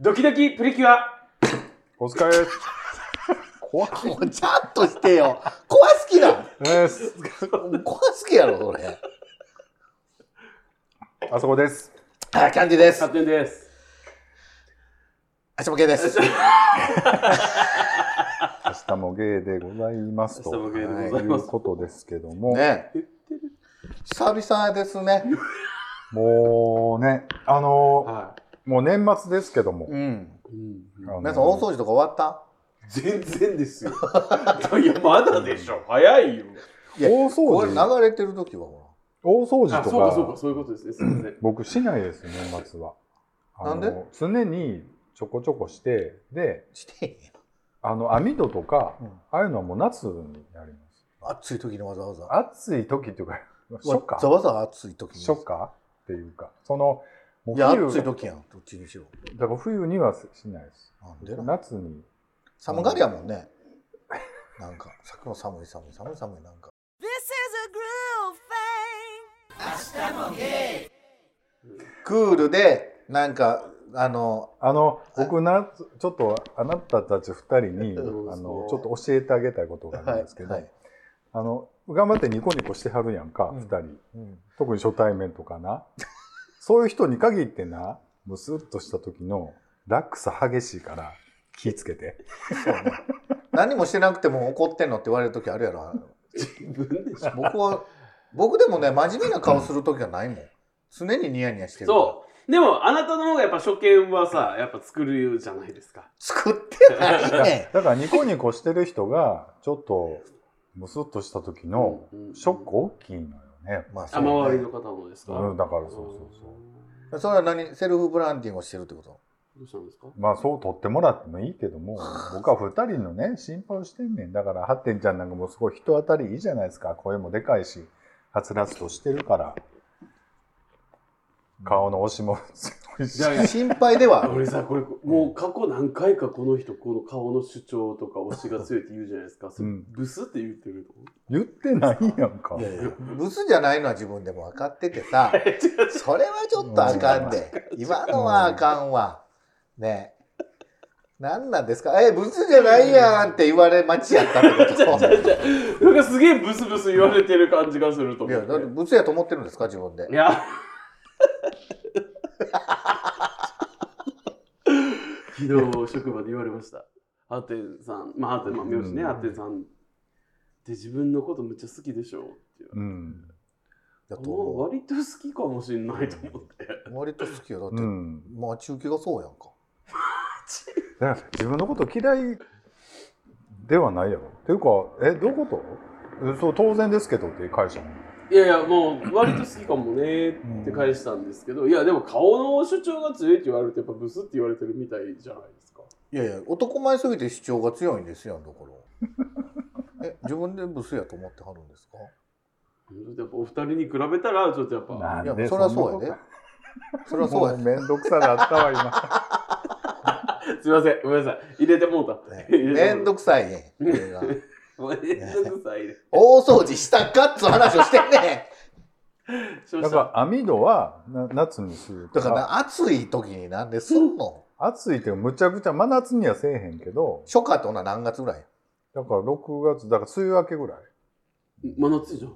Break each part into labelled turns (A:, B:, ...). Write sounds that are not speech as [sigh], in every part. A: ドキドキプリキュア。
B: お疲れ様
C: 怖いもうちゃんとしてよ。怖すぎだ。
B: です。
C: 怖すぎやろ、それ。
B: あそこです。
C: はい、キャンディです。
A: 勝手です。
C: あしもけです。
B: 明日もゲーでございますと。
A: 明日もゲー
C: でご
A: ざいます
B: はいうことですけども。
C: ね。久々ですね。
B: もうね、あの
A: は
B: ー、もう年末ですけども。
C: うん。
A: い。うん
B: あのー
C: 皆さん、大掃除とか終わった
A: 全然ですよ。 [laughs] いや、まだでしょ。早いよ。
C: いや
B: 大
C: こ
B: 掃
C: れ流
B: 除
C: れてる時はほ
B: 大掃除
A: あ、そうか、そう
B: と
A: か、
B: か、
A: そういうことですね。すみません。
B: 僕しないです、年末は。あの
C: なん
B: 常にちょこちょこして、で、
C: ら。してへんやん
B: あの、網戸とか、
C: うん
B: ああいうのはもう夏になります。
C: 暑い時にわざわざ。
B: 暑い時っていうか、初
C: わ
B: 夏
C: ざわざ暑い時に。
B: 初夏っていうか、その、もう
C: いや、
B: 冬
C: 暑い時やん。どっちにしろ。
B: だから冬にはしないです。
C: なんでな。
B: 夏に。
C: 寒がりやもんね。なんか、さっきも寒い寒い寒い寒いなんか。
D: This is a groove thing.
C: クールで、なんか、あの、
B: あの、僕な、ちょっとあなたたち二人
C: [laughs]
B: に、あ
A: うん
B: の、ちょっと教えてあげたいことがあるんですけど、
C: はいはい
B: あの、頑張ってニコニコしてはるやんか、
C: うん
B: 二人。特に初対面とかな。そういう人に限ってな、ムスッとした時の落差激しいから、気ぃつけて。
C: 何もしてなくても怒ってんのって言われる時あるやろ。
A: 自分でしょ。
C: 僕は、僕でもね、真面目な顔する時はないもん。常にニヤニヤしてる。
A: そう。でも、あなたの方がやっぱ初見はさ、やっぱ作るじゃないですか。
C: 作ってないね
B: だからニコニコしてる人が、ちょっとムスッとした時の
A: うんうん
B: ショック大きいのよね。
C: ん。まあ、
A: あ、
C: そうね
A: 周りの方もですか
B: うん、だからそうそうそう。
C: それは何セルフブランディングをしてるってこと
A: どうしたんですか
B: まあそう取ってもらってもいいけど
C: [laughs]
B: も、僕は二人のね、心配をしてんねん。だから、ハッテンちゃんなんかもうすごい人当たりいいじゃないですか。声もでかいし、はつらつとしてるから。顔の押しも強いし。
A: いやいや
C: 心配ではある。
A: 俺さこれもう過去何回かこの人この顔の主張とか推しが強いって言うじゃないですか、それ
B: うん
A: ブスって言ってる
B: 言ってないやんか
C: い。やいや、ブスじゃないのは自分でも分かってて
A: [laughs]
C: さ、
A: の
C: それはちょっとあかんで。今のはあかんわ。ねえ。何なんですかえ、ブスじゃないやんって言われ待ちやったってこと
A: なんかすげえブスブス言われてる感じがすると
C: い
A: 思
C: や、
A: って
C: だってブスやと思ってるんですか自分で
A: い。や昨日職場で言われましたハテンさんまあハテンまあ名字ね
B: うん
A: ハテンさんって自分のことめっちゃ好きでしょって言われて
B: うん。
A: あ
C: だと思
A: 割と好きかもしれないと思って
C: う。割と好きよ。だ
B: う
C: って、
B: ん。
C: まあ中継がそうやんか。
B: だから自分のこと嫌いではないやろ。っていうか、え、どういうことえそう、当然ですけどって会社に。
A: いやいやもう割と好きかもねって返したんですけど、いやでも顔の主張が強いって言われるとやっぱブスって言われてるみたいじゃないですか
C: いやいや、男前すぎて主張が強いんですよ、だから。 [laughs] え、自分でブスやと思ってはるんですか
A: やっぱお二人に比べたらちょっとやっぱ
C: いや、それはそうやで。それはそうや
B: も
C: で。
B: めんどくさだったわ、
C: [laughs]
B: 今。
A: すいませんごめんなさ [laughs] い入れてもうた、
C: ね
A: 入れ
C: め
A: て
C: ん
A: もう
C: どくさいね。これが
A: ためんどくさい入れ
C: 大掃除したかっつう話をしてんね
A: しま
B: だ
A: し
B: か
A: た
B: ら網戸はな夏にする
C: [laughs] ん。だ
B: か
C: からら暑い時になんですんの
B: 暑いってむちゃくちゃ真夏にはせえへんけど
C: 初夏ってほな何月ぐらい
B: だから6月だから梅雨明けぐらい
A: 真夏じゃん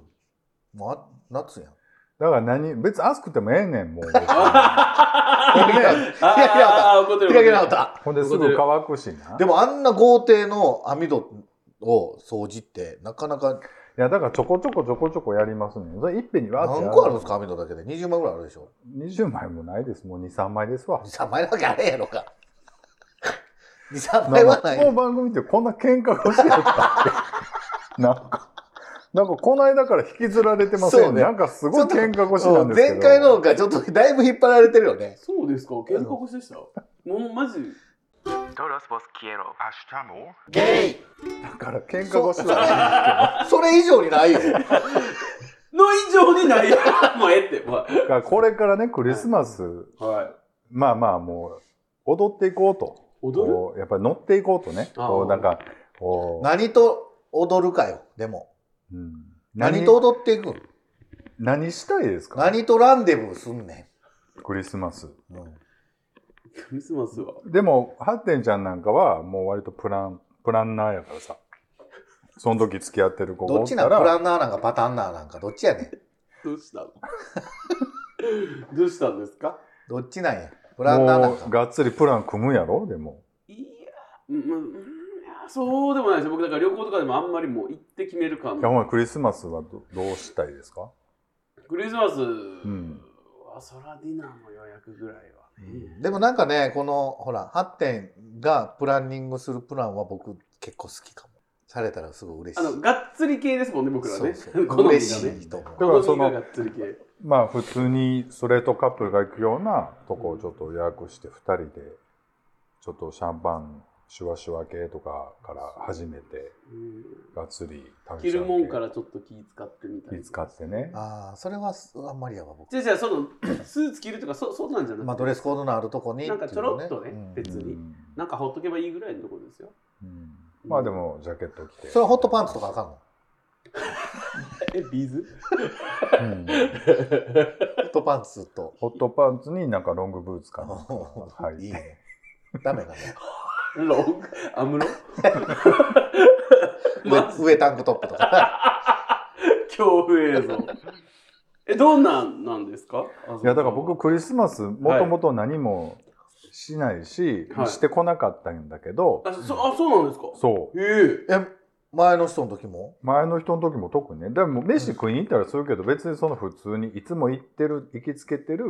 C: もうあ夏や [laughs] ん。
B: だから何別に暑くてもええねんもう
C: [laughs]
A: あーあー怒ってる
C: 日陰
A: 怒っ
C: 直
A: る
C: ってた。
B: ほんですぐ乾くしな
C: でもあんな豪邸の網戸を掃除ってなかなか
B: いやだからちょこちょこちょこちょこやりますねそれいっぺんにわーって
C: 何個あるんですか網戸だけで20枚ぐらいあるでしょ
B: 20枚もないですもう23枚です
C: [laughs]
B: わ
C: 23枚なわけあれへんやろ [laughs] か23枚
B: なん
C: は
B: か
C: ない
B: この番組ってこんな喧嘩をしてるかって [laughs] なんかなんかこの間から引きずられてませ、
C: そうんね
B: なんかすごい喧嘩腰なんですけど
C: 前回のがちょっとだいぶ引っ張られてるよね
A: そうですか喧嘩腰でしたもうマジ
E: Todos vos quiero.
C: ゲイ
B: だから喧嘩腰なんですけど
C: それ以上にないよ
A: の以上にない [laughs] もうええっても
B: だからこれからねクリスマス、
A: うはい
B: まあまあもう踊っていこうと
A: 踊る
B: こうやっぱり乗っていこうとね
A: あー
B: こうなんかこう、
C: 何と踊るかよでも
B: うん、
C: 何と踊っていくん
B: 何したいですか
C: 何とランデブーすんね
B: クリスマス
C: ん、うん
A: クリスマスは。
B: でも、ハッテンちゃんなんかは、もう割とプラン、プランナーやからさ。その時付き合ってる子が
C: ど
B: お
C: っ
B: っ
C: ち
B: た
C: なんプラ
B: ら、
C: ンナーなんかパターンナーなんかどっちやねん。
A: どうしたのどうしたんですか
C: どっちなんや。プランナーな
B: も
C: ん
B: う
C: か。
B: がっつりプラン組むやろでも。
A: いや、うんうんいやそうでもないですよ。僕、だから旅行とかでもあんまりもう行って決める感
B: いや、ほんまクリスマスはどどうしたいですか
A: クリスマス
B: ん
A: は、そらディナーの予約ぐらいはね。
C: でもなんかね、この、ほら、8点がプランニングするプランは僕結構好きかも。されたらすごい嬉し
A: あ
C: い。
A: の、がっつり系ですもんね、僕らね。
C: そうそ
A: [laughs]
C: う
A: 好みがね
C: 嬉しい人も。
B: だから
A: 好
B: その
A: みががっつり系。
B: まあ、普通にストレートカップルが行くようなとこをちょっと予約して、二人で、ちょっとシャンパン、シュワシュワ系とかから始めて、
A: うん
B: がっつり食べ
A: 着
B: ちゃ
A: る
B: う系
A: もんからちょっと気使ってみたいな。
B: 使ってね。
C: ああ、それはあんまりやわ、僕。
A: じゃあじゃあその [coughs] スーツ着るとかそそうなんじゃなくて、
C: まあ、ドレスコードのあるとこにっていう
A: なん
C: ね。
A: かちょろっとね
C: うん
A: 別に
B: うん
A: なんかほっとけばいいぐらいのところですよ。
B: うんまあでも、ジャケット着て。
C: それはホットパンツとかあかんの
A: えビーズ？
B: うん
C: ホットパンツと。
B: ホットパンツになんかロングブーツ
C: [laughs]
B: かな。はい
C: い
B: い。
C: ね。ダメだね。
A: [laughs] ロングアムロ？マジ
C: 上上タンクトップとか。
A: 恐怖映像。えどんなんなんですか？
B: いやだから僕クリスマスもともと何もしないし、
A: はい
B: してこなかったんだけど、
A: あそあそうなんですか？
B: そう
A: ええ
C: え、前の人の時も
B: 前の人の時も特にねでも飯食いに行ったらするけど別にその普通にいつも行ってる行きつけてる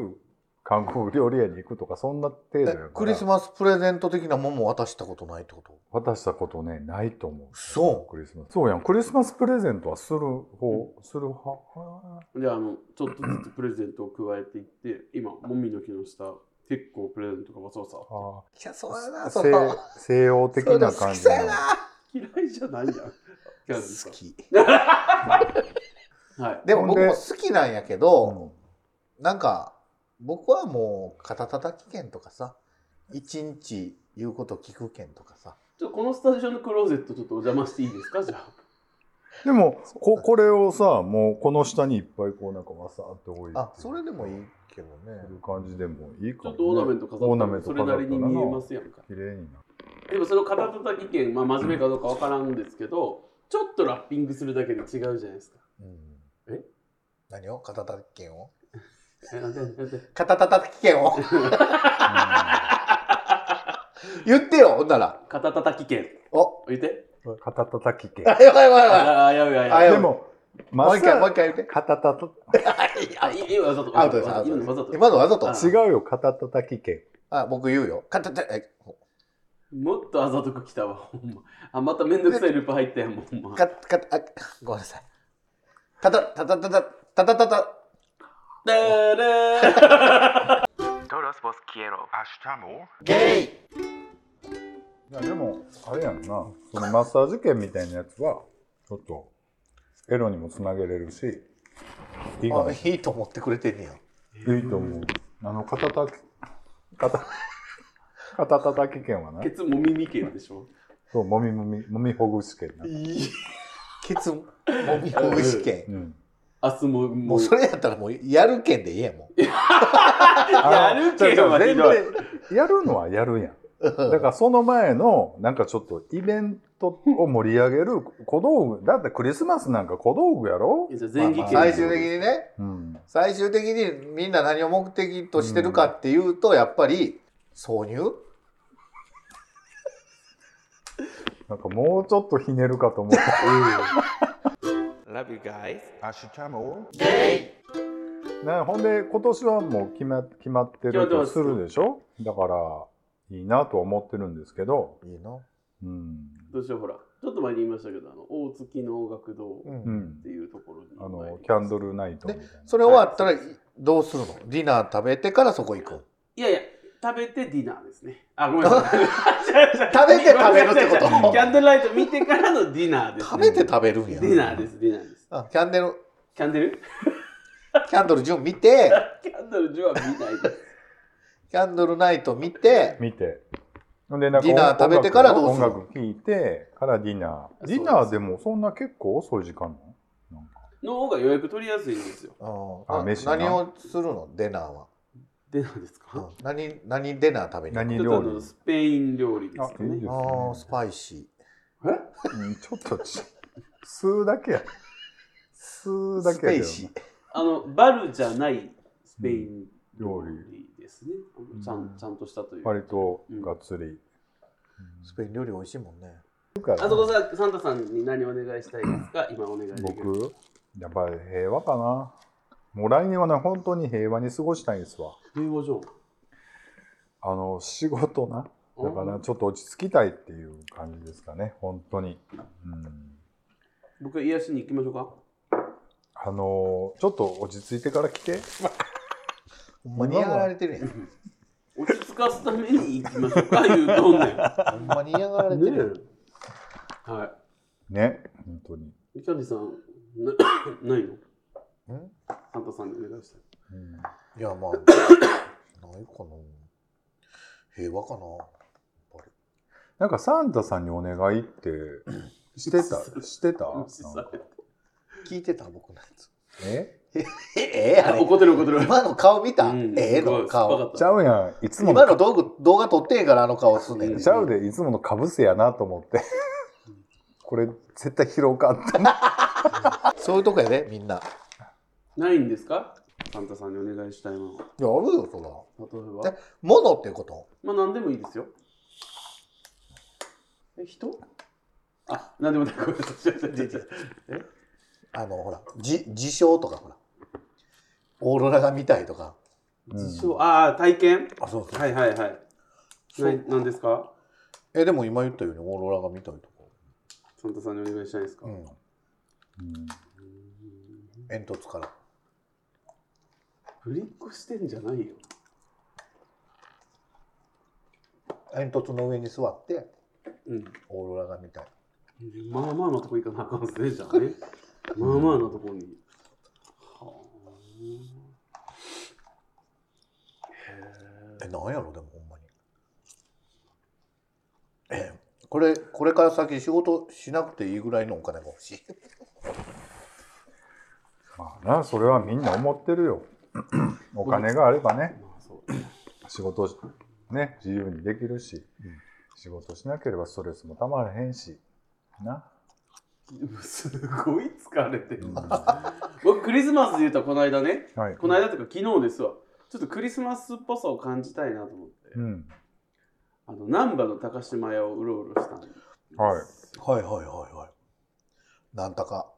B: 韓国料理屋に行くとかそんな程
C: え
B: 度やから
C: クリスマスプレゼント的なもんも渡したことないってこと
B: 渡したことねないと思う
C: そう。
B: クリスマスそうやんクリスマスプレゼントはする方、する派
A: じゃああのちょっとずつプレゼントを加えていって今もみの木の下結構プレゼントがわさわさ
B: あー
C: いや、そうやな、そ
B: 西
C: の。
B: 西洋的
C: そう
B: な
C: だ好
B: 感
C: き
B: じ
C: そうや
B: の
C: な。
A: 嫌いじゃないやん。嫌いです
C: 好き。
A: かはい。
C: でも僕
B: ほん
C: も
B: で
C: 好きなんやけ
B: う
C: ど、
B: ん
C: なんか、僕はもう、肩たたき券とかさ、一日言うこと聞く券とかさ。
A: ちょっとこのスタジオのクローゼットちょっとお邪魔していいですかじゃあ。
B: でもここれをさもうこの下にいっぱいこうなんかわさーって置いて
C: あ、それでもいいけどね
B: こうい。う感じでもいい
A: ち
B: か
A: ょ
B: も、
A: っ
B: ね、
A: とオーナメント飾って
B: オーナメント
A: そ
B: 飾
A: れ
B: った
A: な
B: ら
A: りに見えますやんか。
B: 綺麗にな
A: でもその肩たたき券、まあ、真面目かどうかわからんですけど、ちょっとラッピングするだけで違うじゃないですか。
C: うん、
A: え
C: 何を肩たたき券を
A: えなんでなんで
C: 肩たたき券を [laughs]
B: る、
C: 言ってよ、ほんなら。
A: 肩たたき券。
C: お、
A: 言って。
B: うん、肩たたき系
C: あ、やばいやばいやばい。
A: ああ、やべやべ
C: あや
A: や
B: でも
C: も
B: ま
C: う一回、もう
B: さ
C: 一回言って。
B: 肩たた
A: べ。い今わざと。
C: アウトです、アウ
A: 今
C: ト
A: のわざ
C: です
A: と。。
C: 今のわざ
A: あ
C: と。
B: 違うよ肩たたき系
C: あ、僕言うよ。肩たたき、
A: もっとあざとく来たわ、ほんま。あ、まためんどくさいループ入ったやん、もうほんま。
C: か、か、あ、ごめんなさい。たた、たたたた、たたたた。
A: だーれー
E: Todos vos quiero.
C: ゲイ
B: いやでもあれやんなそのマッサージ券みたいなやつはちょっとエロにもつなげれるしいいかも
C: あ
B: い
C: いいと思ってくれてんねや。
B: いと思うあの肩たき肩肩たたき券はな
A: ケツもみみ券でしょ。
B: そうもみもみもみほぐし券な、
C: ケツ、もみほぐし券
B: う。ん、
A: 明日も、
C: も
A: も
C: う
A: う。
C: それやったらもうやる券でいいやもん。
A: やる券はひ
B: 全
A: どい
B: 然やるのはやるやんだからその前のなんかちょっとイベントを盛り上げる小道具だってクリスマスなんか小道具やろ、
A: じゃあ前儀券。
C: 最終的にね。
B: うん、
C: 最終的にみんな何を目的としてるかっていうと、やっぱり挿入
B: なんかもうちょっとひねるか
A: [laughs]
B: と思った、
E: Love you guys.
B: なほんで今年はもう決ま決まってる
A: 決まってま
B: と
A: す
B: するでしょだからいいなとは思ってるんですけど、
C: いいの、
B: うん
A: どうしよう、ほら。ちょっと前に言いましたけど、あの、大月の音楽堂
C: う、
A: っ
B: うんん
A: て、いうところに。
B: あのキャンドルナイトみたいな
C: それ終わったらどうするのディナー食べてからそこ行く
A: いやいや、食べてディナーですね。あ、ごめん
C: [laughs]
A: なさい。
C: 食べて食べるってこと
A: 違う違う違 [laughs] うキャンドルライト見てからのディナーです、
C: 食べて食べるんや
A: ディナーです、ディナーです。
C: あキャンデル
A: キャンドル
C: キャンドル順見て
A: キャンドル10は見ないです。
C: キャンドルナイト見て
B: 見てほんでなんか
C: ディナー食べてからどうする
B: 音楽聴いてからディナ
A: そ
B: ー
A: うで
B: デ
A: す
B: ィナーでもそんな結構遅い時間なの
A: の方が予約取りやすいんですよ。
C: うん
B: あ
C: あ
B: 飯な
C: 何をするのディナーは
A: デナーです
C: う
A: か
C: ん何、何デナー食べに行く
A: ち
B: 何
A: ょっ
B: 料
A: とあ
B: 理
A: のスペイン料理ですか
B: あいい
A: ね
B: よ。
C: ああ、スパイシ
A: え
B: うんちょっとち、吸うだけや。吸
C: ー。
B: うだ
C: ス
B: けや
C: ペ
B: けど。
C: イシー。
A: あのバルじゃないスペイン料
B: 料理。
A: 理ですね、
B: ん
A: ちゃんちゃんとしたというか、
B: 割とがっつり。
C: スペイン料理美味しいもんね。
B: 僕
A: あそこさサンタさんに何お願いしたいですか今お願いできる
B: 僕、やっぱり平和かな。もう来年はね、本当に平和に過ごしたいんですわ。
A: 平和じゃん
B: あの、仕事な。だから
A: あ
B: ちょっと落ち着きたいっていう感じですかね、本当に。うん
A: 僕癒しに行きましょうか
B: あのーちょっと落ち着いてから来て。
C: ほんまに嫌がられてるやん。
A: 落ち着かすために行きましょうか言うとんねんね
C: ほんまに嫌がられてる [laughs] やん。
A: えは
B: ね、本当に。
A: いキャンディさんな [coughs] ないの
C: ん
A: サンタさんにお願いしたい
B: うん
C: いや、まあ、 [coughs] ないかな。平和かな。
B: なんかサンタさんにお願
A: [laughs]
B: いってしてたしてた
A: 無視されて
C: 聞いてた僕のやつ。
B: え
C: え、ええあれ
A: 怒ってる怒ってる
C: 今の顔見た
A: うん
C: ええ
A: すご
C: の
A: い
C: 顔。
B: ちゃうやん。いつも
C: 今の動画動画撮ってんからあの顔すんねん
A: うん
C: ね。
B: ちゃうで、いつものかぶせやなと思って。これ絶対拾うかって。
C: そういうとこやで、みんな。いや、
A: ないんですかサンタさんにお願いしたいもの
C: あるよ、そら。
A: 例えば
C: えモノっていうこと
A: まあ何でもいいですよえ人あ何でもないごめんなさい違う違う違うえ
C: あの、ほら、じ自称とか、ほら。オーロラが見たいとか。
A: 自称ああ体験
C: あ、そうそ
A: はいはいはいな何ですか
C: え、でも今言ったようにオーロラが見たいとか。
A: サンタさんにお願いしたいですか、
C: うん。
B: うん
C: 煙突から。
A: フリックしてんじゃないよ
C: 煙突の上に座って、
A: うん
C: オーロラが見たい。
A: まあまあなとこ行かなあかんっすねじゃあねまあまあなとこには
C: え、なんやろ、でもほんまに。え、これ、これから先仕事しなくていいぐらいのお金が欲しい。
B: まあな、それはみんな思ってる
A: [laughs]
B: よ。お金があればね
A: あ、まあそうですね
B: 仕事しね、自由にできるし、仕事しなければストレスもたまらへんし、な。
A: すごい疲れてる、
B: うん
A: 僕クリスマスで言うとこの間ね
B: はい。
A: この間というか昨日ですわちょっとクリスマスっぽさを感じたいなと思って
B: うん。
A: あの難波の高島屋をうろうろしたんです
B: はい
C: はいはいはいはい。なんたか。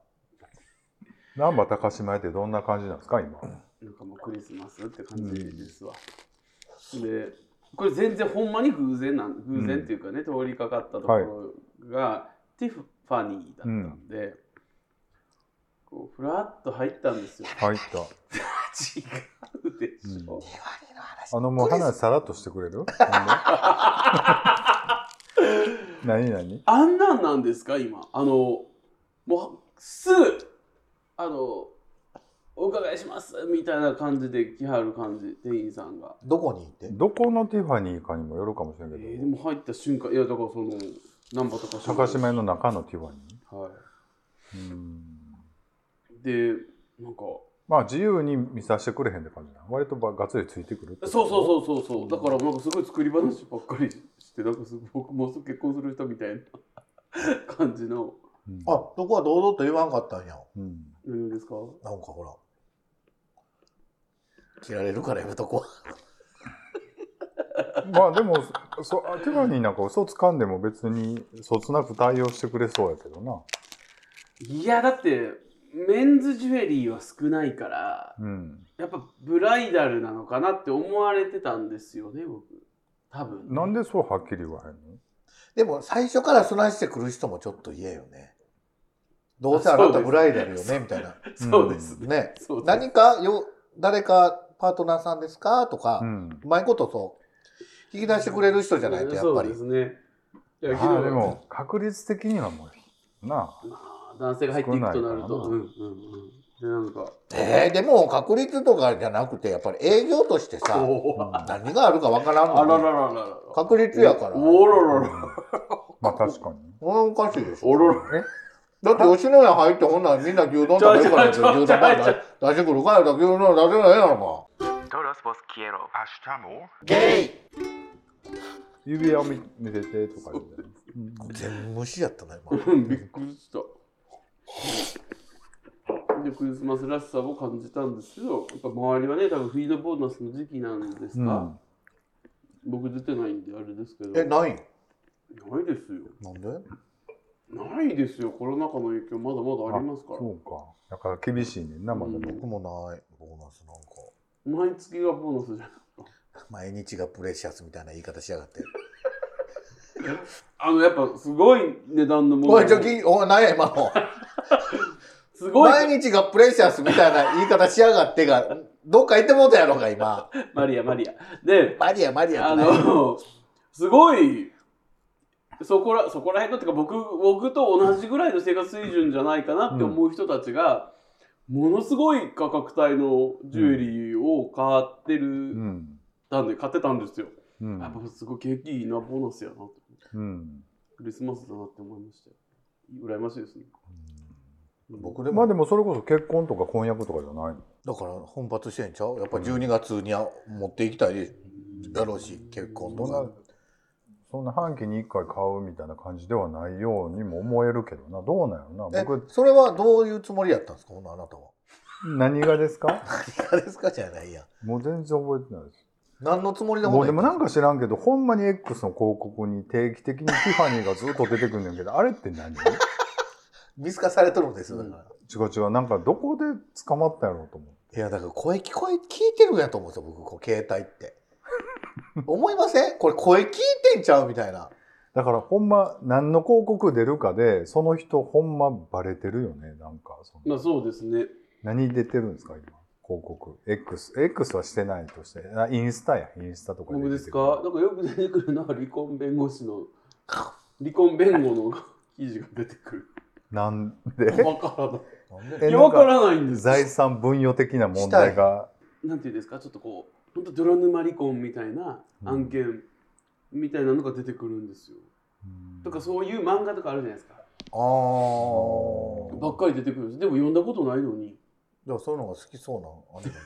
B: 難波高島屋ってどんな感じなんですか、今。
A: なんかもうクリスマスって感じですわ、でこれ全然ほんまに偶然なん偶然っていうかね、通りかかったところが、ティファニーだったんで、こうふらっと入ったんですよ
B: 入った。
A: [laughs] 違うでしょ、
B: あの、もう話さらっとしてく
A: [laughs]
B: れる何何
A: あんなんなんですか今あのもうすぐあのお伺いしますみたいな感じで来はる感じ店員さんが、
C: どこにいて
B: どこのティファニーかにもよるかもしれん
A: え
B: けど、
A: ーでも入った瞬間いやだからその難波とか
B: 高島屋の中のティファニ
A: はい
B: ーうん。
A: でなんか
B: まあ、自由に見させてくれへんって感じなの割とばガッツリついてくるってこと
A: そうそうそうそうそうだからなんかすごい作り話ばっかりしてなんかすごい僕もうすぐ結婚する人みたいな感じの
B: うん。
C: あ、そこは堂々と言わんかったんや。
B: うん。
A: 何ですか
C: なんかほら。切られるからやめとこ
B: まあでもそあティファニーなんか嘘つかんでも別にそつなく対応してくれそうやけどな。
A: いやだってメンズジュエリーは少ないから
B: うん。
A: やっぱブライダルなのかなって思われてたんですよね僕多分
B: なんでそうはっきり言わへんの
C: でも最初からそないしてくる人もちょっと嫌よね。どうせあなたブライダルよねみたいな。
A: そうですね、
C: ね。
A: そうです
C: 何かよ誰かパートナーさんですかとか、
B: う。
C: うんまいことそう引き出してくれる人じゃないとやっぱり。
A: そうですねいや
B: あ
A: 昨
B: あ
A: 日
B: でも確率的にはもうなあ。
A: まあ男性が入っていくとなると
B: 少
A: うんう
B: なん
A: うんでなんか
C: えーでも確率とかじゃなくてやっぱり営業としてさ
A: おー
C: 何があるかわからん
A: あら
C: のに
A: らららら
C: 確率やから。
A: おららら
B: [laughs] まあ確かに。
C: これおかしいでしょ。
A: おろろ
C: だって吉野家入ってほんならみんな牛丼食べるから
A: ちょち
C: 牛
A: ょ
C: 丼
A: ちょ
C: 食べるから出してくるから牛丼出せないやろか。
E: Todos vos quiero.
C: ゲイ
B: 指輪を見見せてとか言うて、うん
C: 全部無視やったな今
A: うんびっくりした。でクリスマスらしさを感じたんですけど、やっぱ周りはね、多分フィードボーナスの時期なんです
B: う
A: か
B: ん、
A: 僕出てないんであれですけど。
C: えない
A: ないですよ。
C: なんで
A: ないですよ。コロナ禍の影響まだまだありますから。
B: そうかだから厳しいねんなまだね、
C: 僕もないボーナスなんか
A: 毎月がボーナスじゃん。
C: 毎日がプレシャスみたいな言い方しやがって
A: あの、やっぱすごい値段のもの
C: お
A: を。
C: いちょきおい何や今の
A: すごい。
C: 毎日がプレシャスみたいな言い方しやがってがどっか行ってもうたやろか今
A: マリア、マリア。で、
C: マリアマリア
A: あ
C: って何
A: の、すごい、そこら、そこら辺のっていうか、僕、僕と同じぐらいの生活水準じゃないかなって思う人たちが、ものすごい価格帯のジュエリーを買って
B: う
A: る、
B: ん
A: たんで、買ってたんですよ。
B: うん
A: やっぱすごい景気いいな、ボーナスやなと。
B: うん
A: クリスマスだなって思いましたよ。羨ましいですね。
C: 僕で
B: ま
C: も
B: あでもそれこそ結婚とか婚約とかじゃないの
C: だから奮発してんちゃうやっぱ12月には持っていきたいでだろうし結婚と
B: そんな
C: か
B: そんな半期に1回買うみたいな感じではないようにも思えるけどなどうなんやろな
C: え
B: 僕
C: それはどういうつもりやったんですかほなあなたは
B: 何がですか
C: いやですかじゃないや
B: もう全然覚えてないです
C: 何のつもりで
B: も
C: も
B: うでもなん
C: か
B: か知らんけどほんまに X の広告に定期的にティファニーがずっと出てくんねんけどあれって何違
C: 見透かされとるんですよだから、
B: う違うなんかどこで捕まったんやろうと思
C: いやだから声聞こえ聞いてるんやと思うんですよ僕こう携帯って [laughs] 思いませんこれ声聞いてんちゃうみたいな
B: うだからほんま何の広告出るかでその人ほんまバレてるよねなんかその
A: まあそうですね。
B: 何出てるんですか今広告 X X はしてないとしてあインスタやインスタとか
A: 僕
B: 出
A: で
B: て
A: す
B: くる
A: かなんかよく出てくるのは離婚弁護士の、離婚弁護の記事が出てく
B: なん
A: る。
B: で
A: わからない。
C: なんで
A: [laughs]
B: え
A: いや、わからないんですよ
B: 財産分与的な問題が
A: なんていうんですか、ちょっとこう、本当泥沼離婚みたいな案件みたいなのが出てくるんですよ。とかそういう漫画とかあるじゃないですか。
C: あー
A: ばっかり出てくるんです。でも読んだことないのに。
C: でもそういうのが好きそうなあれなんちゃ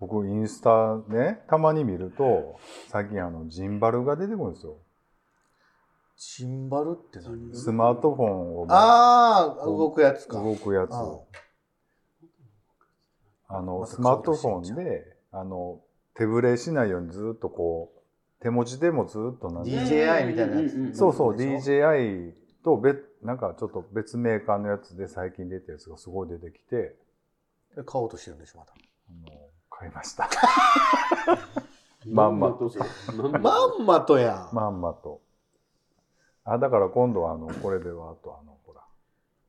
B: 僕インスタねたまに見ると最近あのジンバルが出てくるんですよ
C: うシンバルって何
B: スマートフォンを
C: ああ動くやつか
B: 動くやつ
C: あ
B: あの
C: また
B: ス
C: 変わ
B: マ
C: っ
B: ー
C: てほ
B: ト
C: し
B: フ
C: いん
B: ォ
C: ちゃう
B: ンであの手ぶれしないようにずっとこう手持ちでもずっとなんで
C: DJI みたいなや
A: うんうんうんうん
C: つ
B: そうそう
C: でしょ
B: DJI と別なんかちょっと別メーカーのやつで最近出たやつがすごい出てきて
C: え買おうとしてるんでしょまた
B: あの買いました [laughs] まんま
A: と。まんまと。
C: まんまとやん、
B: まんまとあだから今度はあのこれではあとあのほら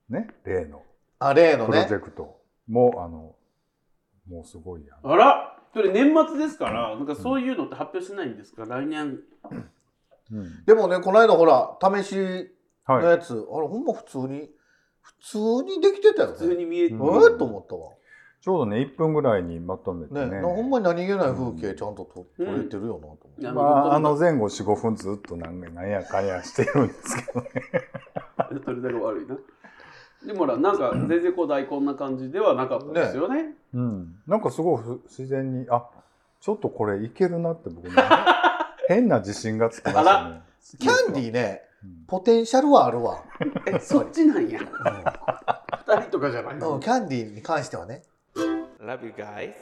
B: ね例の
C: あ例の
B: プロ
C: ね
B: ジェクトも、あのもうすごいや
A: あらそれ年末ですから、なんかそういうのって発表しないんですか来年。
B: ん、うん
C: でもねこの間ほら試し
B: はい、
C: のやつ、あれほんま普通に普通にできてたよね
A: 普通に見えて
B: う
C: え
B: ん
C: ーっと思ったわ
B: ちょうどね1分ぐらいにまとめて
C: ね
B: ね
C: なほんまに何気ない風景ちゃんとと撮れてるよなと思って、
A: うん
B: まあ、あの前後45分ずっとなんかなんやかんやしてるんですけどね
A: それだけ悪いな。でもほら、なんか全然こう大根な感じではなかったですよね。
B: うんなんかすごい不自然にあちょっとこれいけるなって僕ね変な自信がつきましたね
C: キャンディーね
B: うん
C: ポテンシャルはあるわ、
A: え、 [laughs] そっちなんや。
C: う
A: 二人とかじゃない
C: んうん、
A: の。
C: キャンディーに関してはね
E: Love you guys.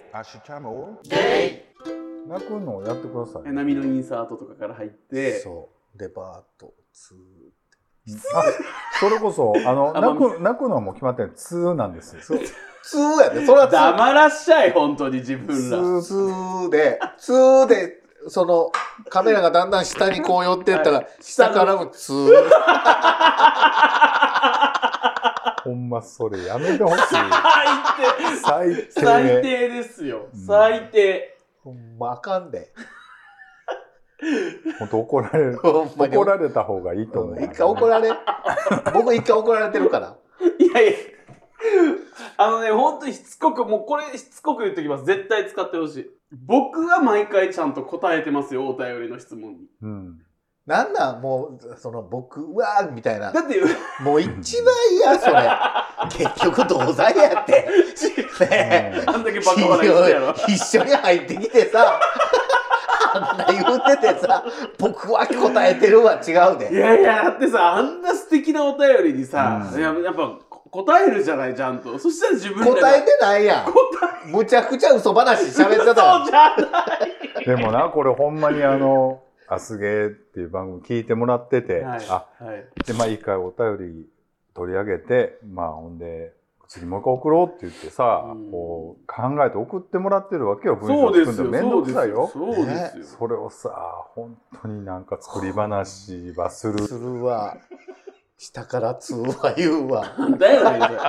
B: 泣くのをやってください
A: え波のインサートとかから入って、
C: そうデパートツー
B: あそれこそあの
A: あまあ
B: 泣く泣くのはもう決まってる通なんですよ
C: ツーやでそれはツー
A: 黙らっしゃい、本当に自分
C: ツ
A: ら。
C: ーツーでツーでそのカメラがだんだん下にこう寄ってったら下からもツー
B: ほんまそれやめてほしい
A: 最
B: 最低
A: 低。最低ですよ。最低。
C: ほんまあかんで
B: 本当怒られる
C: [laughs] ほんまに
B: 怒られた方がいいと思う、
C: うん一回怒られ僕一回怒られてるから
A: いやいや。あのね、本当にしつこく、もうこれしつこく言っときます。絶対使ってほしい。僕は毎回ちゃんと答えてますよ、お便りの質問に。
B: うん
C: なんなんもう、その僕は、みたいな
A: だ。って
C: もう一番嫌、それ。結局同罪やって。ねえ
A: あんだけバカ笑いしてたやろ
C: 一緒に入ってきてさ、あんな言うててさ、僕は答えてるわ、違う
A: い
C: で。
A: やいやだってさあんな素敵なお便りにさ、
B: うん
A: いややっぱこ答えるじゃないちゃんとそしたら自分らが
C: 答えてないやん。
A: 答
C: むちゃくちゃ嘘話喋ってた
A: そ
B: [laughs]
C: か
A: うじゃない
B: でもな、これほんまにあ
A: [laughs]
B: の、アスゲーっていう番組聞いてもらってて、
A: はい
B: あ、
A: はい、
B: で、まあ一回お便り取り上げて、まあほんで、次もう一回送ろうって言ってさ、
A: うん
B: こう考えて送ってもらってるわけよ、文章
A: そうで
B: 作る
A: す
B: の
A: よ
B: めん
A: そ
B: ど
A: う
B: く
A: です
B: さいよ
A: よ。そうですよ、
B: それをさ、本当になんか作り話はする
C: ら。。するわ。下から通話言うわ。
A: なんだよねそれ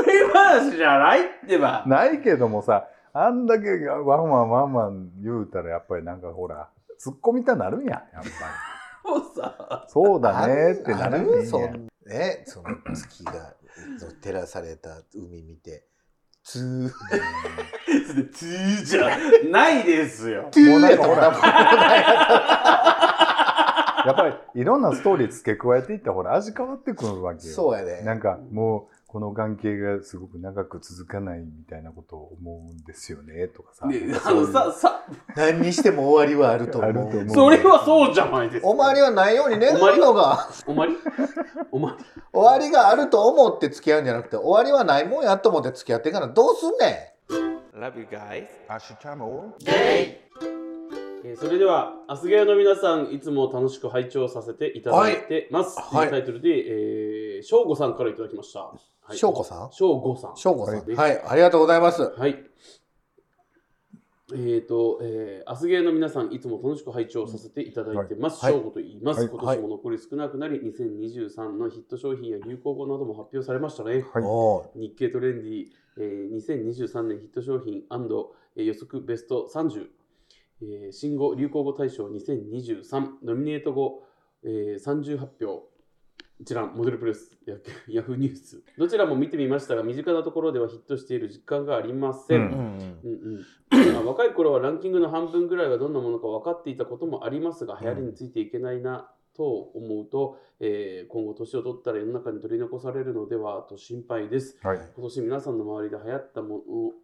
A: 作り話じゃないってば
B: ないけどもさ、あんだけワンワンワンワン言うたらやっぱりなんかほら、突っ込みたなるんやん、やっぱり。
A: もうさ
B: そうだねってな
C: あ
B: るんや
C: る
B: ん
C: そんね、その月が照らされた海見て、つ
A: それつーじゃないですよ
C: ー、
B: もうなんかほら
C: つーやったもんな
B: やっぱりいろんなストーリー付け加えていったらほら味変わってくるわけよ。
C: そうやで。
B: なんかもうこの関係がすごく長く続かないみたいなことを思うんですよねとかさ。
A: ねあ
B: そうい
A: の
B: う
A: ささ
C: 何にしても終わりはあると思
B: あると思。
C: う
B: う
A: それはそうじゃないですか
C: 終わりはないようにね、
A: 終わり
C: のが。
A: おまりおまり
C: 終わりがあると思って付き合うんじゃなくて、終わりはないもんやと思って付き合っていからどうすんね
E: Love you guys.
A: えーそれでは、アスゲーの皆さん、いつも楽しく拝聴させていただいてます。
C: はい
A: というタイトルで、えー、翔吾さんからいただきました。は
C: ん。しょうこさん
A: 翔吾さん。
C: しょうこさん。
A: はい
C: はい、ありがとうございます。
A: はい。えっ、と、えー、アスゲーの皆さん、いつも楽しく拝聴させていただいてます。
C: は
A: 翔
C: い
A: 吾、と言います、
B: はい
A: 今年も残り少なくなり、2023のヒット商品や流行語なども発表されましたね。
B: はい
C: おう
A: 日経トレンディ、えー、2023年ヒット商品えー予測ベスト30、えー新語・流行語大賞2023ノミネート後、えー、30発表一覧モデルプレスヤヤフーニュースどちらも見てみましたが身近なところではヒットしている実感がありません、
B: う
C: うんん。
A: うんうん、まあ若い頃はランキングの半分ぐらいはどんなものか分かっていたこともありますが流行りについていけないなと思うと、えー今後年を取ったら世の中に取り残されるのではと心配です
B: はい。
A: 今年皆さんの周りで流行ったも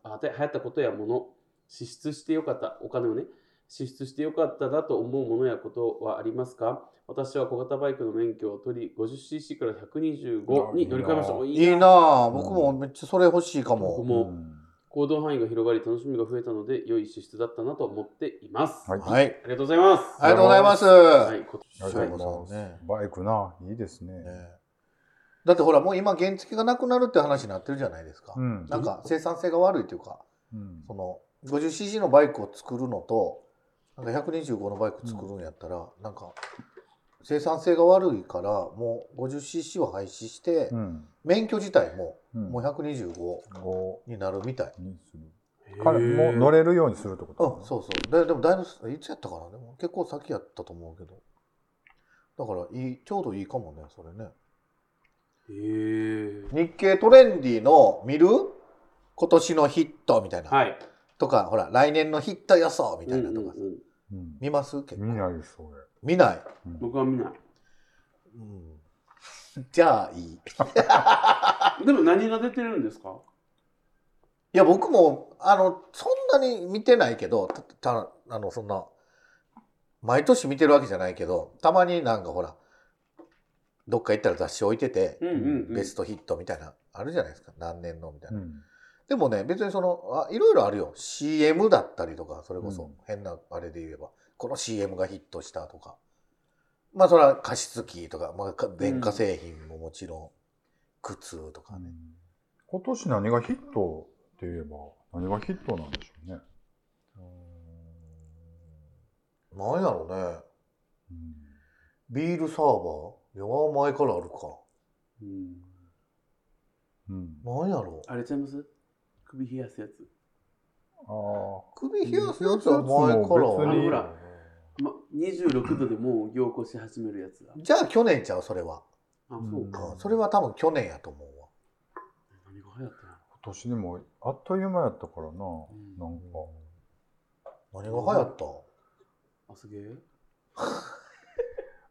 A: のあで流行ったことやもの支出してよかったお金をね支出してよかったなと思うものやことはありますか私は小型バイクの免許を取り 50cc から125に乗り換えましたお
B: あいいな
A: い
C: いいなぁ。僕もめっちゃそれ欲しいか
A: 僕
C: も。
A: も、
B: うん
A: 行動範囲が広がり楽しみが増えたので良い支出だったなと思っています、
B: はい
C: はい。
A: ありがとうございます
C: ありがとうございます。
A: はい、こ
B: ありがとうございますバイクないいですね。
C: ねだってほらもう今原付がなくなるって話になってるじゃないですか、
B: うん
C: なんか生産性が悪いというか
B: うん
C: その 50cc のバイクを作るのとなんか125のバイク作るんやったら、なんか生産性が悪いからもう 50cc を廃止して、
B: うん
C: 免許自体も
B: うん
C: もう125
B: こ
C: になるみたい、
B: うにするからもう乗
A: れ
B: れるようにするってこと
C: うんそうそうででもだいぶいつやったかなでも結構先やったと思うけどだからいいちょうどいいかもねそれね
A: へえ
C: 日経トレンディの見る今年のヒットみたいな、
A: はい
C: とかほら来年のヒット予想みたいなとか、
A: うんうんうん
B: うん
C: 見ます結構
B: 見ないそれ。
C: 見ない、
B: うん
A: 僕は見ない
C: うんじゃあいいい
A: でも何が出てるんですか
C: や僕もあのそんなに見てないけどたたあのそんな毎年見てるわけじゃないけどたまになんかほらどっか行ったら雑誌置いてて、
A: うんうん、うん、
C: ベストヒットみたいなあるじゃないですか何年のみたいな、
B: うん
C: でもね、別にその、あいろいろあるよ。CM だったりとか、それこそ、
B: うん
C: 変なあれで言えば、この CM がヒットしたとか。まあ、それは加湿器とか、まあか、電化製品ももちろん、靴とかね。
B: 今年何がヒットって言えば何がヒットなんでしょうね。
C: うーん。なんやろね。
B: うん
C: ビールサーバーいや前からあるか。
A: うん
B: うん
C: なんやろ
A: あれちゃいます首冷やすやつ
B: ああ。
C: 首冷やすやつは前からあ
A: ビ
C: る
A: ールサーバーも別にあのほらま、26度でもう凝固し始めるやつだ。
C: じゃあ去年ちゃう、それは。
A: あ、そうか。
B: うん
C: それは多分去年やと思うわ。
A: 何が流行ったの
B: 今年でもあっという間やったからな、
A: ん
B: なんか
C: 何が流行った
A: あ、すげえ。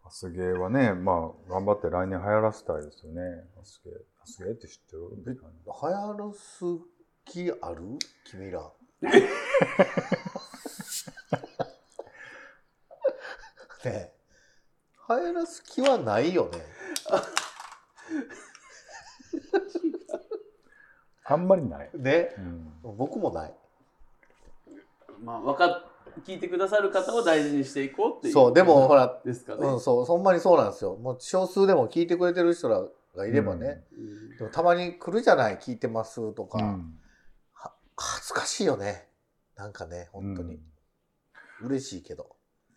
B: スゲーはね、まあ、頑張って来年流行らせたいですよね。マスゲー。マスゲーって知ってる
C: え流行るすきある君ら。ねえ流行らす気はないよね。
B: あんまりない。
C: ね。
B: うん。
C: 僕もない。
A: まあ、わか聞いてくださる方を大事にしていこうっていう。
C: そう、でもほら、
A: ですかね。
C: うん、そう、そんまにそうなんですよ。もう少数でも聞いてくれてる人らがいればね。
A: うん
C: でもたまに来るじゃない、聞いてますとか。
B: うん
C: 恥ずかしいよね。なんかね、本当
B: う
C: に
B: ん。
C: 嬉しいけど。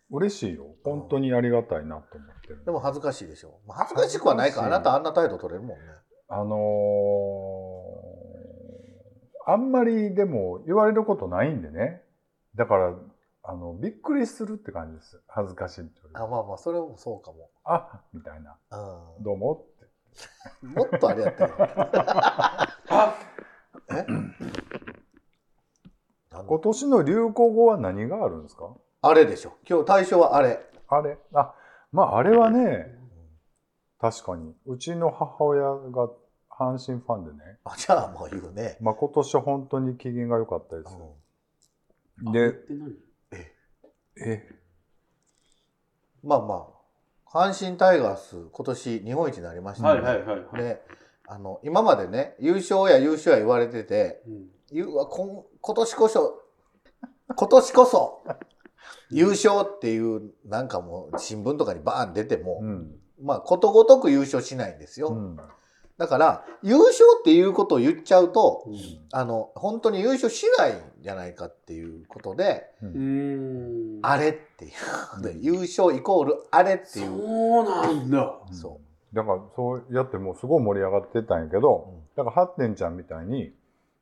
B: 嬉しいよ。本当にありがたいなと思ってる。
C: でも恥ずかしいでしょ。まあ恥ずかしくはないか。あ
B: 恥ずかしい
C: なたあんな態度取れるもんね。
B: あのーあんまりでも言われることないんでね。だから、あの、びっくりするって感じです。恥ずかしいっていうより
C: あ、まあまあ、それもそうかも。
B: あみたいな。
C: う
B: どうもって。
C: ん。もっとあれやったよ。
A: あ
C: えなんだ
B: 今年の流行語は何があるんですか
C: あれでしょ。今日対象はあれ。
B: あれあ、まああれはね、確かに。うちの母親が阪神ファンでね。
C: あじゃあもう言うね。
B: まあ今年本当に機嫌が良かったで
C: う
B: す
C: ん
B: よ。
A: 言っ
B: で、
A: てない
B: え、
C: まあまあ、阪神タイガース、今年日本一になりました
A: は
C: ね。
A: いはいはいはい。
C: で、あの、今までね、優勝や優勝や言われてて、
A: うん
C: 言うわこん今年こそ、今年こそ、優勝っていう、なんかもう新聞とかにバーン出ても、
B: うん。
C: まあ、ことごとく優勝しないんですよ。
B: うん。
C: だから、優勝っていうことを言っちゃうと、
A: う
C: あの、本当に優勝しないんじゃないかっていうことで、
B: う
A: ん。
B: ん
C: あれっていうことで、優勝イコールあれっていう。
A: そうなんだ。
C: そ
B: だからそうやってもうすごい盛り上がってたんやけど、だからハッテンちゃんみたいに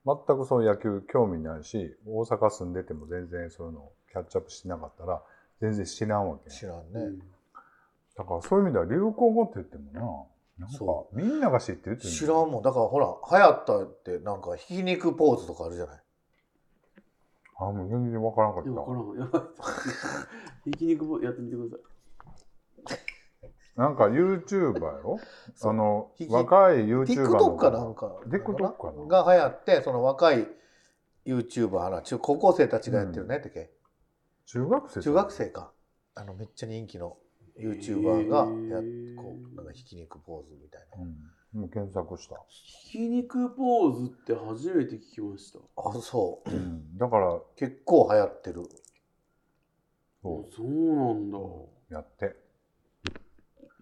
B: 全くそう野球興味ないし大阪住んでても全然そういうのキャッチアップしなかったら全然知らんわけ
C: 知ら
A: う
C: んね。
A: ん
B: だからそういう意味では流行語って言ってもななんか
C: そ
B: みんなが知ってるっていうの
C: 知らんもん。だからほら、流行ったって、なんか、ひき肉ポーズとかあるじゃない。
B: あもう全然わからんかっ
A: いや、わか
B: た
A: らん。やばい。ひき肉もやってみてくださ
B: なんか YouTuber やろ
C: そう
B: あの
C: ひき
B: 若い YouTuber の
C: TikTok かなんか。
B: TikTok かな
C: が流行って、その若い YouTuber な、中高校生たちがやってるね、てけ。
B: 中学生
C: 中学生か。あの、めっちゃ人気の YouTuber がやっ、こう、なんか、ひき肉ポーズみたいな。
B: うんもう検索した、
A: い。ひき肉ポーズって初めて聞きました。
C: あ、そう。
B: うん、だから
C: 結構流行ってる。
B: そ
A: そうなんだ。
B: うやって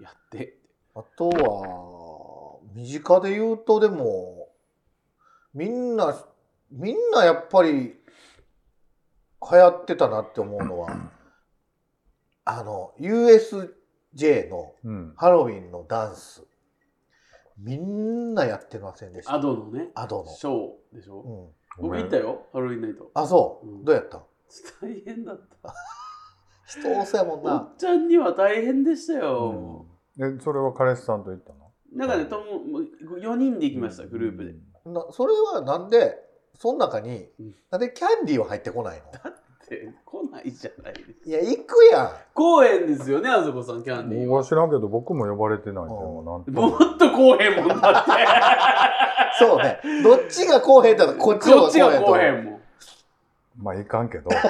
A: やって。
C: あとは、身近で言うとでも、みんな、みんなやっぱり流行ってたなって思うのは、あの、USJ の
B: うん
C: ハロウィンのダンス。みんなやってませんでした。
A: アドのね、
C: アド
A: ショーでしょ。
C: の。うん。
A: 僕行ったよ、ハロウィンナイト。
C: あ、そうう。
A: ん
C: どうやった
A: 大変だった。
C: 人多そうやもん
A: お
C: な。
A: っちゃんには大変でしたよ。
B: うん、えそれは彼氏さんと行ったの
A: なんかね、とも4人で行きました、グループで。
C: なそれはなんで、その中に
A: うん、
C: なんでキャンディーは入ってこないの
A: って来ないじゃないですか。
C: いや、行くやん。
A: 公園ですよね、あそこさん、キャンディー
B: 僕
A: は。
B: は知らんけど僕も呼ばれてないっていうのはなんと
A: も
C: [laughs]
B: も
A: っと公平もんだっ
C: そうね。どっちが公平だとこ [laughs] っち
A: て。
C: の
A: こ
C: 方
A: っちが
C: が公
A: 公
C: 平
A: 平もん。
B: まあいかんけど
A: でし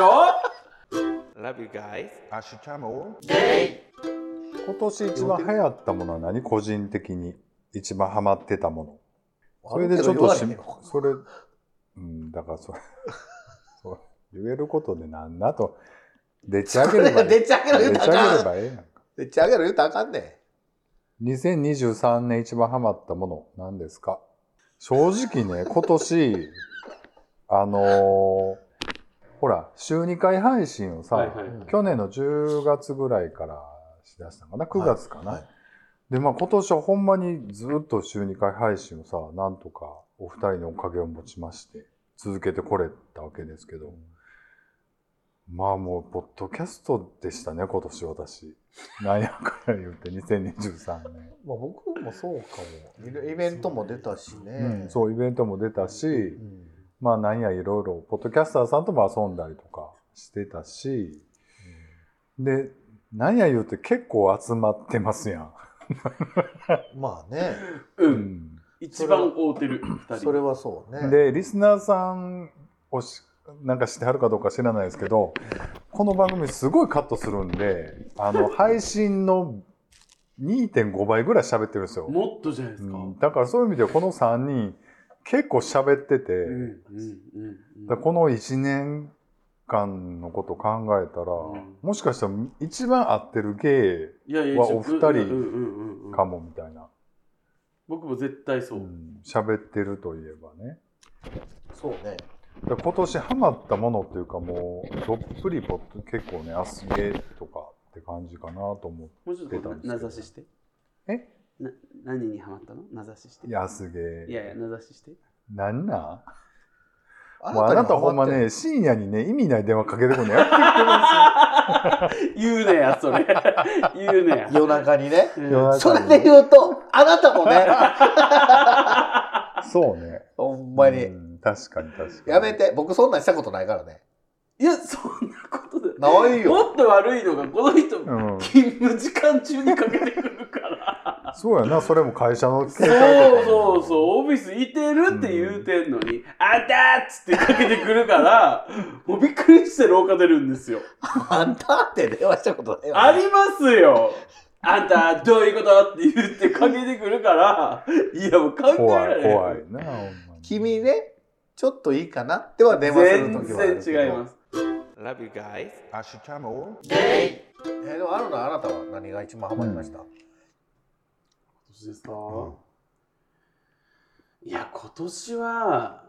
A: ょ
E: Love you guys.
B: 今年一番流行ったものは何個人的に一番ハマってたもの
C: と。
B: それでちょっとし
C: あるけど言われへんの
B: それうんだからそれ [laughs] そう言えることでなんだとでち上
C: こ
B: げればい
C: れ
B: い
C: でっち上げろ言
B: でち
C: うた
B: 上げ
C: らあ
B: れ
C: かん。
B: ばええやんか
C: でっち上げろ言うたらあかんねん。
B: 2023年一番ハマったもの何ですか正直
C: [laughs]
B: ね今年あのーほら週2回配信をさ、
A: はいはいはい
B: 去年の10月ぐらいからしだしたのかな9月かな、
C: はい
B: でまあ今年はほんまにずっと週2回配信をさなんとかお二人のおかげを持ちまして続けてこれたわけですけど、まあもうポッドキャストでしたね今年私なんやかんや言って2023年。
C: まあ僕もそうかも。イベイベントも出たし
B: う
C: ね
B: ん。そうイベントも出たし、
C: うん。
B: まあなんやいろいろポッドキャスターさんとも遊んだりとかしてたし、でなんや言うて結構集まってますやん。
C: まあね、
A: う、
B: うんん、
A: 一番合うてる2
C: それ
A: 人
C: はそうね。
B: でリスナーさんをしなんかしてはるかどうか知らないですけどこの番組すごいカットするんで
A: [laughs]
B: あの配信の2.5倍ぐらい喋ってるんですよ、
A: もっとじゃないで
B: う
A: すか、うん
B: ん、だからそういう意味ではこの3人結構喋ってて、
A: うんうん
B: だからこの1年間のこと考えたら、
A: うん
B: もしかしたら一番合ってる芸
A: いやいや
B: はお二人
A: うんうんうんうん
B: かもみたいな
A: 僕も絶対そう、
B: うん喋、ってるといえばね
C: そうね。
B: だから今年ハマったものっていうかもうどっぷりポッド結構ねアスゲとかって感じかなと思
A: もうちょっとこう
B: 出たんですけど
A: な名指しして
B: え
A: な何にハマったの名指しして
B: っ
A: い
B: て
A: や
B: アスゲ
A: いや名指しして [laughs]
B: なんなん
C: あ
B: もうあなた
C: に
B: ほ
C: は
B: んま
C: まってる
B: ね深夜にね意味ない電話かけてくるのや
A: 言うねやそれ言うねや
C: 夜中にね。
A: うん
B: 夜中
C: それで言うと、あなたもね、
B: めてそうね
C: ほんま
B: う
C: に。
B: ん確かに確かに
C: やめて、僕そんなんしたことないからね。
A: いやそんなことで
C: ないよ。
A: もっと悪いのがこの人、
B: うん
A: 勤務時間中にかけてくるから
B: そうやなそれも会社の
A: そう
B: 携帯とか
A: そうそうオフィスいてるって言うてんのに「あんた!」っつってかけてくるからもうびっくりして廊下出るんですよ
C: あんたって電話したことないよ、
A: ありますよあんたどういうことって言ってかけてくるからいやもう考えら
B: 怖
A: れ
B: い
A: ない
B: 怖いなほんまに
C: 君ね、ちょっといいかなっては電話するときはある
A: 全
C: け。
A: 然違いますす
E: Love you guys.
C: えーでもあるのあなたは何が一番ハマりました、
A: 今年ですか、いや今年は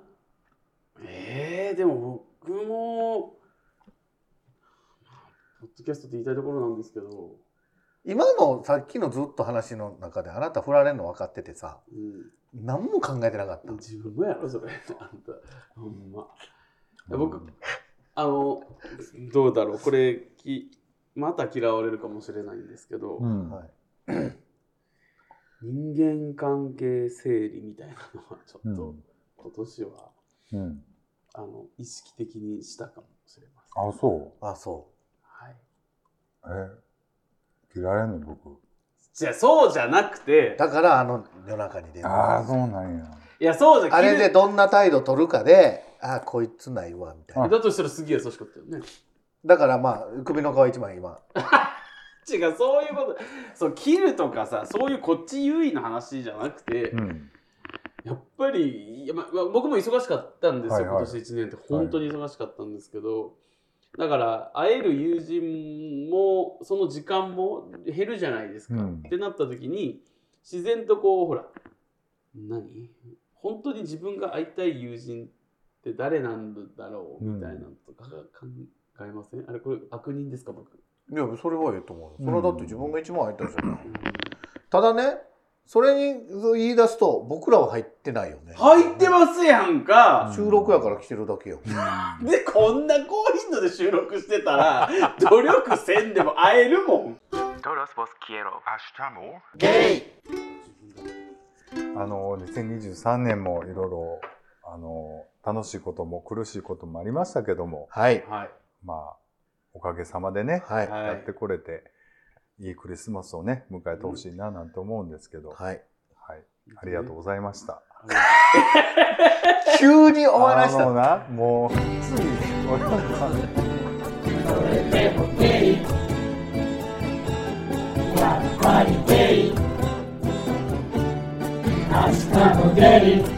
A: えー、でも僕もポッドキャストって言いたいところなんですけど、
C: 今のさっきのずっと話の中であなた振られるの分かっててさ、
A: う
C: 何も考えてなかった
A: ん、。自分もやろそれあんたほんまいや
B: う
A: 僕
B: ん
A: あのどうだろうこれきまた嫌われるかもしれないんですけど、
B: うん
C: はい、
A: 人間関係整理みたいなのはちょっと今年は、
B: うん、
A: あの意識的にしたかもしれません。
B: あそ
C: あ、そう。
A: はい、
B: うえ切られんの僕
A: じゃあそうじゃなくて
C: だからあの夜中に電
B: ああ
C: 話。
B: そうなんや
A: いやそうじゃ
C: あれで
A: 切
C: どんな態度取るかで、あーこいつないわみたいな。
A: だとしたらすげえ優しかったよね。
C: だからまあ首の皮一枚今。
A: 違うそういうことそう切るとかさそういうこっち優位の話じゃなくて、
B: うん
A: やっぱりいや、まま僕も忙しかったんですよ、
B: はいはい
A: 今年1年って本当に忙しかったんですけど、だから会える友人もその時間も減るじゃないですか、
B: うん
A: ってなった時に自然とこうほら何本当に自分が会いたい友人って誰なんだろうみたいなのとかが考えません、あれこれ悪人ですか僕、
C: いやそれはええと思う。それはだって自分が一番入ったじゃない。
A: うん
C: ただね、それに言い出すと僕らは入ってないよね。
A: 入ってますやんか、
C: 収録やから来てるだけよ。
A: でこんな高頻度で収録してたら努力せんでも会えるもん
E: Todos vos quiero.
B: あの2023年もいろいろあの楽しいことも苦しいこともありましたけども
C: はい。
A: はい
B: まあおかげさまでね、
C: はい。
A: はい
B: やってこれていいクリスマスをね迎えてほしいななんて思うんですけど、はい
C: はい。
B: ありがとうございました。
C: 急に終わらし
B: あの
C: た。
B: なもうつい俺は
F: ゲイ明日もゲイ